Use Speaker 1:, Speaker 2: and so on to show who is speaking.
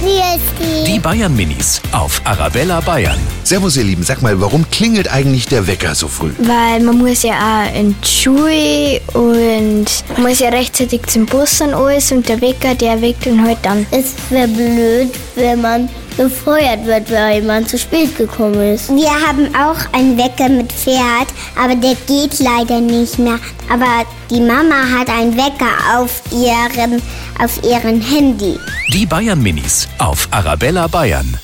Speaker 1: Grüß
Speaker 2: Die Bayern Minis auf Arabella Bayern.
Speaker 3: Servus, ihr Lieben. Sag mal, warum klingelt eigentlich der Wecker so früh?
Speaker 4: Weil man muss ja auch in die Schule und man muss ja rechtzeitig zum Bus und alles und der Wecker, der weckt ihn halt dann.
Speaker 1: Es wäre blöd, wenn man gefeuert wird, weil man zu spät gekommen ist. Wir haben auch einen Wecker mit Pferd, aber der geht leider nicht mehr. Aber die Mama hat einen Wecker auf ihrem, auf ihrem Handy.
Speaker 2: Die Bayern Minis auf Arabella Bayern.